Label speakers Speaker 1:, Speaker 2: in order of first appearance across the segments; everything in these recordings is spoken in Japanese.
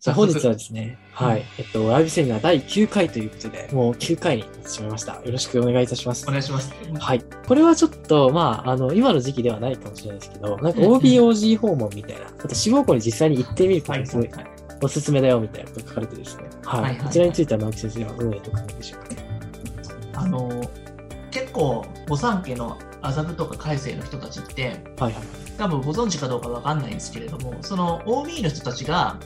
Speaker 1: じゃあ本日はですね、はい、えっと、ライブセミナー第9回ということで、もう9回になってしまいました。よろしくお願いいたします
Speaker 2: お。願いします。
Speaker 1: はい。これはちょっと、まあ、あの、今の時期ではないかもしれないですけど、なんか
Speaker 2: うんうん
Speaker 1: OBOG 訪問みたいな、あと志望校に実際に行ってみると
Speaker 2: はい
Speaker 1: すごい
Speaker 2: はい
Speaker 1: おすすめだよみたいなこと書かれてですね。はい。
Speaker 2: はいはいはい
Speaker 1: こちらについては、直木先生はどのようにお考えでしょうか。
Speaker 2: あの結構御三家の麻布とか海星の人たちって
Speaker 1: はいはい。
Speaker 2: 多分ご存知かどうかわかんないんですけれどもその OB の人たちが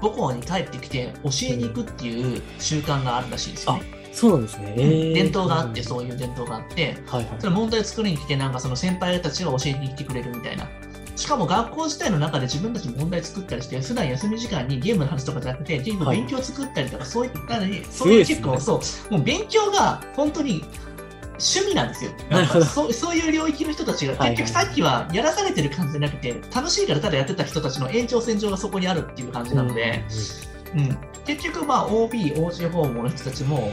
Speaker 2: 母校に帰ってきて教えに行くっていう習慣があるらしいんですよね。
Speaker 1: そうなんですね。えー、
Speaker 2: 伝統があって
Speaker 1: う
Speaker 2: そういう伝統があって
Speaker 1: ん。はいはい
Speaker 2: そ。れ問題作りに来てなんかその先輩たちが教えに来てくれるみたいな。しかも学校自体の中で自分たちも問題作ったりして普段休み時間にゲームの話とかじゃなくてゲームの
Speaker 1: はい
Speaker 2: 勉強作ったりとかそういったのに
Speaker 1: す
Speaker 2: そう
Speaker 1: ごい
Speaker 2: い
Speaker 1: で
Speaker 2: う
Speaker 1: すね
Speaker 2: 結構そうもう勉強が本当に趣味なんですよ
Speaker 1: なるほど
Speaker 2: そうそういう領域の人たちが
Speaker 1: はいはい
Speaker 2: 結局さっきはやらされてる感じじゃなくて楽しいからただやってた人たちの延長線上がそこにあるっていう感じなので、うん、結局まあ OB、OG 訪問の人たちも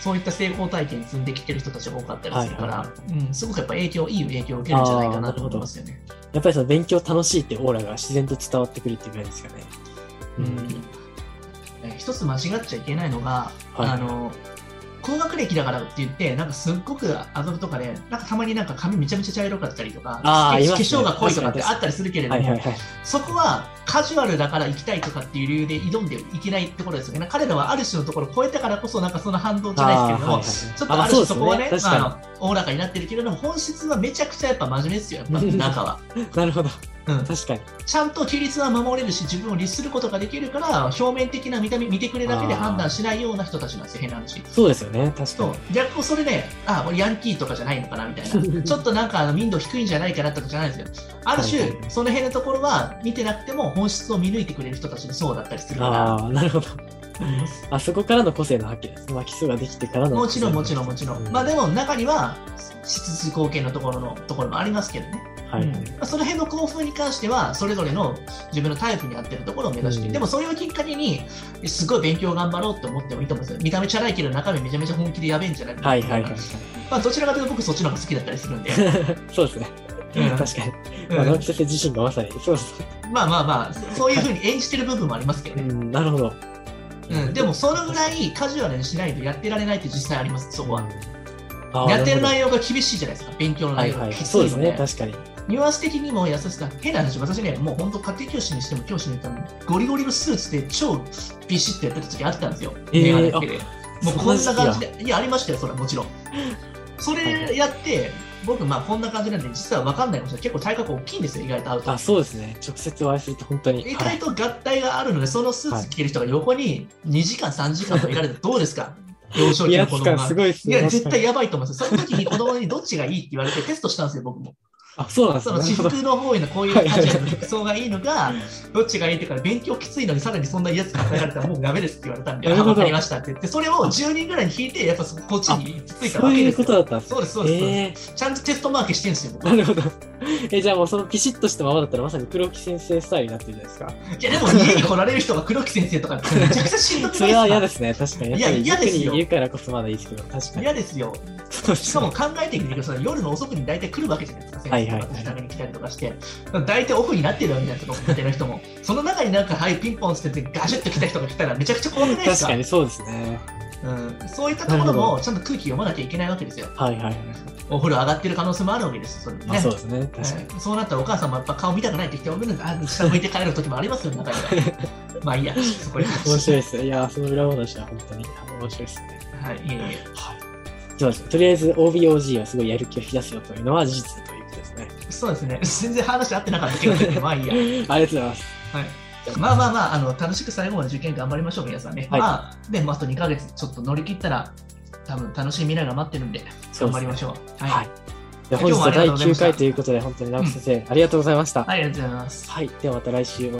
Speaker 2: そういった成功体験積んできてる人たちが多かったりするから、
Speaker 1: はいは
Speaker 2: うん、すごくやっぱ影響いい影響を受けるんじゃないかなと思いますよね。
Speaker 1: やっぱりその勉強楽しいってオーラが自然と伝わってくるっていう感じですかね。
Speaker 2: うんえ一つ間違っちゃいけないのが、
Speaker 1: はい
Speaker 2: あの高学歴だからって言ってなんかすっごくアドブとかでなんかたまになんか髪めちゃめちゃ茶色かったりとか
Speaker 1: あー
Speaker 2: 化
Speaker 1: いますね
Speaker 2: 粧が濃いとかってあったりするけれど
Speaker 1: はい
Speaker 2: も
Speaker 1: はいはい。
Speaker 2: そこはカジュアルだから行きたいとかっていう理由で挑んでいけないところですよね。彼らはある種のところを超えたからこそなんかその反動じゃないですけれども、
Speaker 1: あー
Speaker 2: ちょっ
Speaker 1: はいは
Speaker 2: と
Speaker 1: い
Speaker 2: あ
Speaker 1: あ
Speaker 2: る
Speaker 1: そう
Speaker 2: 種
Speaker 1: です
Speaker 2: そ
Speaker 1: ね
Speaker 2: こはね、
Speaker 1: 確か
Speaker 2: まあ、あのおおらかになってるけれども、本質はめちゃくちゃやっぱ真面目ですよ、やっぱ中は。
Speaker 1: なるほど。
Speaker 2: うん、
Speaker 1: 確かに。
Speaker 2: ちゃんと規律は守れるし、自分を律することができるから、表面的な見た目、見てくれだけで判断しないような人たちなんですよ、変な話。
Speaker 1: そうですよね。確か
Speaker 2: そう
Speaker 1: に。
Speaker 2: 逆にそれで、あ俺ヤンキーとかじゃないのかなみたいな、ちょっとなんかあの民度低いんじゃないかなとかじゃないですよ。ある種、
Speaker 1: はいはい
Speaker 2: その辺のところは見てなくても本質を見抜いてくれる人たちの層だったりするか
Speaker 1: ああ、なるほど。
Speaker 2: ら、
Speaker 1: あそこからの個性の発揮です。まあ、基礎ができてからの。
Speaker 2: もちろん、もちろん、もちろん、
Speaker 1: うん
Speaker 2: まあでも中には、しつつ貢献のところのところもありますけどね、
Speaker 1: はいはい。
Speaker 2: うんその辺の興奮に関しては、それぞれの自分のタイプに合ってるところを目指して、
Speaker 1: うん
Speaker 2: でもそれをきっかけに、すごい勉強頑張ろうって思ってもいいと思うんですよ。見た目チャラいけど、中身めちゃめちゃ本気でやべえんじゃないかな
Speaker 1: はいはいはい。
Speaker 2: まあどちらかというと僕、そっちの方が好きだったりする んで。
Speaker 1: そうですね。
Speaker 2: うん
Speaker 1: 確かに。
Speaker 2: うん
Speaker 1: まあ、直木先生自身がまさに。そうですね。
Speaker 2: まあまあまあ、そそういうふうに演じてる部分もありますけど
Speaker 1: う
Speaker 2: ね。
Speaker 1: ん、なるほど。
Speaker 2: うん、でも、そのぐらいカジュアルにしないとやってられないって実際あります、そこは。
Speaker 1: あー
Speaker 2: やってる
Speaker 1: な
Speaker 2: 内容が厳しいじゃないですか、勉強の
Speaker 1: ほどは
Speaker 2: 内
Speaker 1: い
Speaker 2: 容
Speaker 1: は
Speaker 2: が
Speaker 1: い。
Speaker 2: きつ
Speaker 1: そうで
Speaker 2: い
Speaker 1: す
Speaker 2: の
Speaker 1: ね。
Speaker 2: で、
Speaker 1: 確かに。
Speaker 2: ニュアンス的にも優しさ、変な話、私ね、もう本当、家庭教師にしても教師にしても、ゴリゴリのスーツで超ビシッとやってた時あったんですよ、
Speaker 1: えー
Speaker 2: メガネだけで。もうこん
Speaker 1: そ
Speaker 2: なん
Speaker 1: な
Speaker 2: 感
Speaker 1: 時
Speaker 2: じ
Speaker 1: 期
Speaker 2: で、いや、ありましたよ、それはもちろん。そ
Speaker 1: はいは
Speaker 2: れやって、僕、まあこんな感じなんで、実は分かんないかもしれない、結構体格大きいんですよ、意外と会うと
Speaker 1: あ、。そうですね。直接お会いすると本当に。
Speaker 2: 意
Speaker 1: は
Speaker 2: 外
Speaker 1: い
Speaker 2: と合体があるので、そのスーツ着てる人が横に2時間、3時間もいられて、どうです か、幼少
Speaker 1: い
Speaker 2: 期
Speaker 1: や、
Speaker 2: の子
Speaker 1: つ
Speaker 2: 供
Speaker 1: か
Speaker 2: が
Speaker 1: す。ごいです
Speaker 2: い
Speaker 1: ね。
Speaker 2: や、絶対
Speaker 1: 確かに
Speaker 2: やばいと思いますよ。その時に子供にどっちがいいって言われてテストしたんですよ、僕も。
Speaker 1: あ、そうなんです
Speaker 2: そ
Speaker 1: ね。な
Speaker 2: の
Speaker 1: る
Speaker 2: 私
Speaker 1: ほど
Speaker 2: 服の方へのこういう
Speaker 1: はい
Speaker 2: カジュアルの服装がいいのが、どっちがいいって言うから、勉強きついのにさらにそんなやつ考えられたらもうダメですって言われたんで、
Speaker 1: な
Speaker 2: あ
Speaker 1: るほど
Speaker 2: わかりましたって言って、それを10人ぐらいに引いて、やっぱそこっちに行き着いた
Speaker 1: そ
Speaker 2: わ
Speaker 1: う
Speaker 2: け
Speaker 1: い
Speaker 2: で
Speaker 1: う
Speaker 2: す
Speaker 1: こ
Speaker 2: よ。
Speaker 1: とだったんですね。
Speaker 2: そうです、そうです。そうで
Speaker 1: え
Speaker 2: すちゃんとテストマーケしてるんですよ、僕
Speaker 1: ー、なるほど。え、じゃあもうそのピシッとしたままだったらまさに黒木先生スタイルになってるじゃないですか。
Speaker 2: いや、でも家に来られる人が黒木先生とかってめちゃくちゃしんどく
Speaker 1: そ
Speaker 2: ない
Speaker 1: れ
Speaker 2: です
Speaker 1: は
Speaker 2: か
Speaker 1: 嫌ですね、確かに。
Speaker 2: いや
Speaker 1: っぱり
Speaker 2: 嫌ですよ
Speaker 1: 塾にいるからこそまだいいですけど、確かに。
Speaker 2: 嫌ですよ。
Speaker 1: そうで
Speaker 2: し
Speaker 1: す
Speaker 2: か
Speaker 1: ね
Speaker 2: も考えてみてください。夜の遅くに大体来るわけじゃないですか。
Speaker 1: はいはい
Speaker 2: 先生とか自宅に来たりとかして。大体オフになってるわけじゃないですか、お店の人も。その中になんか、はい、ピンポンつってガシュッと来た人が来たらめちゃくちゃ怖くないで
Speaker 1: 確
Speaker 2: すか
Speaker 1: かにそうですね。
Speaker 2: うん、そういったところ
Speaker 1: なるほ
Speaker 2: もちゃんと空気読まなきゃいけないわけですよ。
Speaker 1: はいはい。
Speaker 2: お風呂上がってる可能性もあるわけですよ。それね
Speaker 1: あそうですね、確かに。
Speaker 2: うんそうなったらお母さんもやっぱ顔見たくないって言って、おあ下向いて帰る時もありますよ、中には。 まあいいや、そこで。
Speaker 1: 面白い
Speaker 2: い。
Speaker 1: ですね。いやー、その裏話は本当にあの面白いですね。
Speaker 2: はい、いえいえ。
Speaker 1: はい。そうですね。とりあえず OBOG はすごいやる気を引き出すよというのは事実だということですね。
Speaker 2: そうですね。全然話合ってなかったけど、まあい いや。
Speaker 1: ありがとうございます。
Speaker 2: はい。まあまあまあ、あの楽しく最後まで受験頑張りましょう、皆さんね。
Speaker 1: はい
Speaker 2: まあ、で、まあ、あと2ヶ月ちょっと乗り切ったら、多分楽しい未来が待ってるんで、頑張りまし
Speaker 1: ょ
Speaker 2: ょ
Speaker 1: う
Speaker 2: う。
Speaker 1: ですね。
Speaker 2: は
Speaker 1: はいい。。では本日
Speaker 2: 今日もあ
Speaker 1: は
Speaker 2: り
Speaker 1: 第
Speaker 2: がとうござい
Speaker 1: 9
Speaker 2: ました
Speaker 1: 回ということで、本当に直木先生、ありがとうございました。
Speaker 2: はい、ありがとうございます。
Speaker 1: はい。ではまた来週。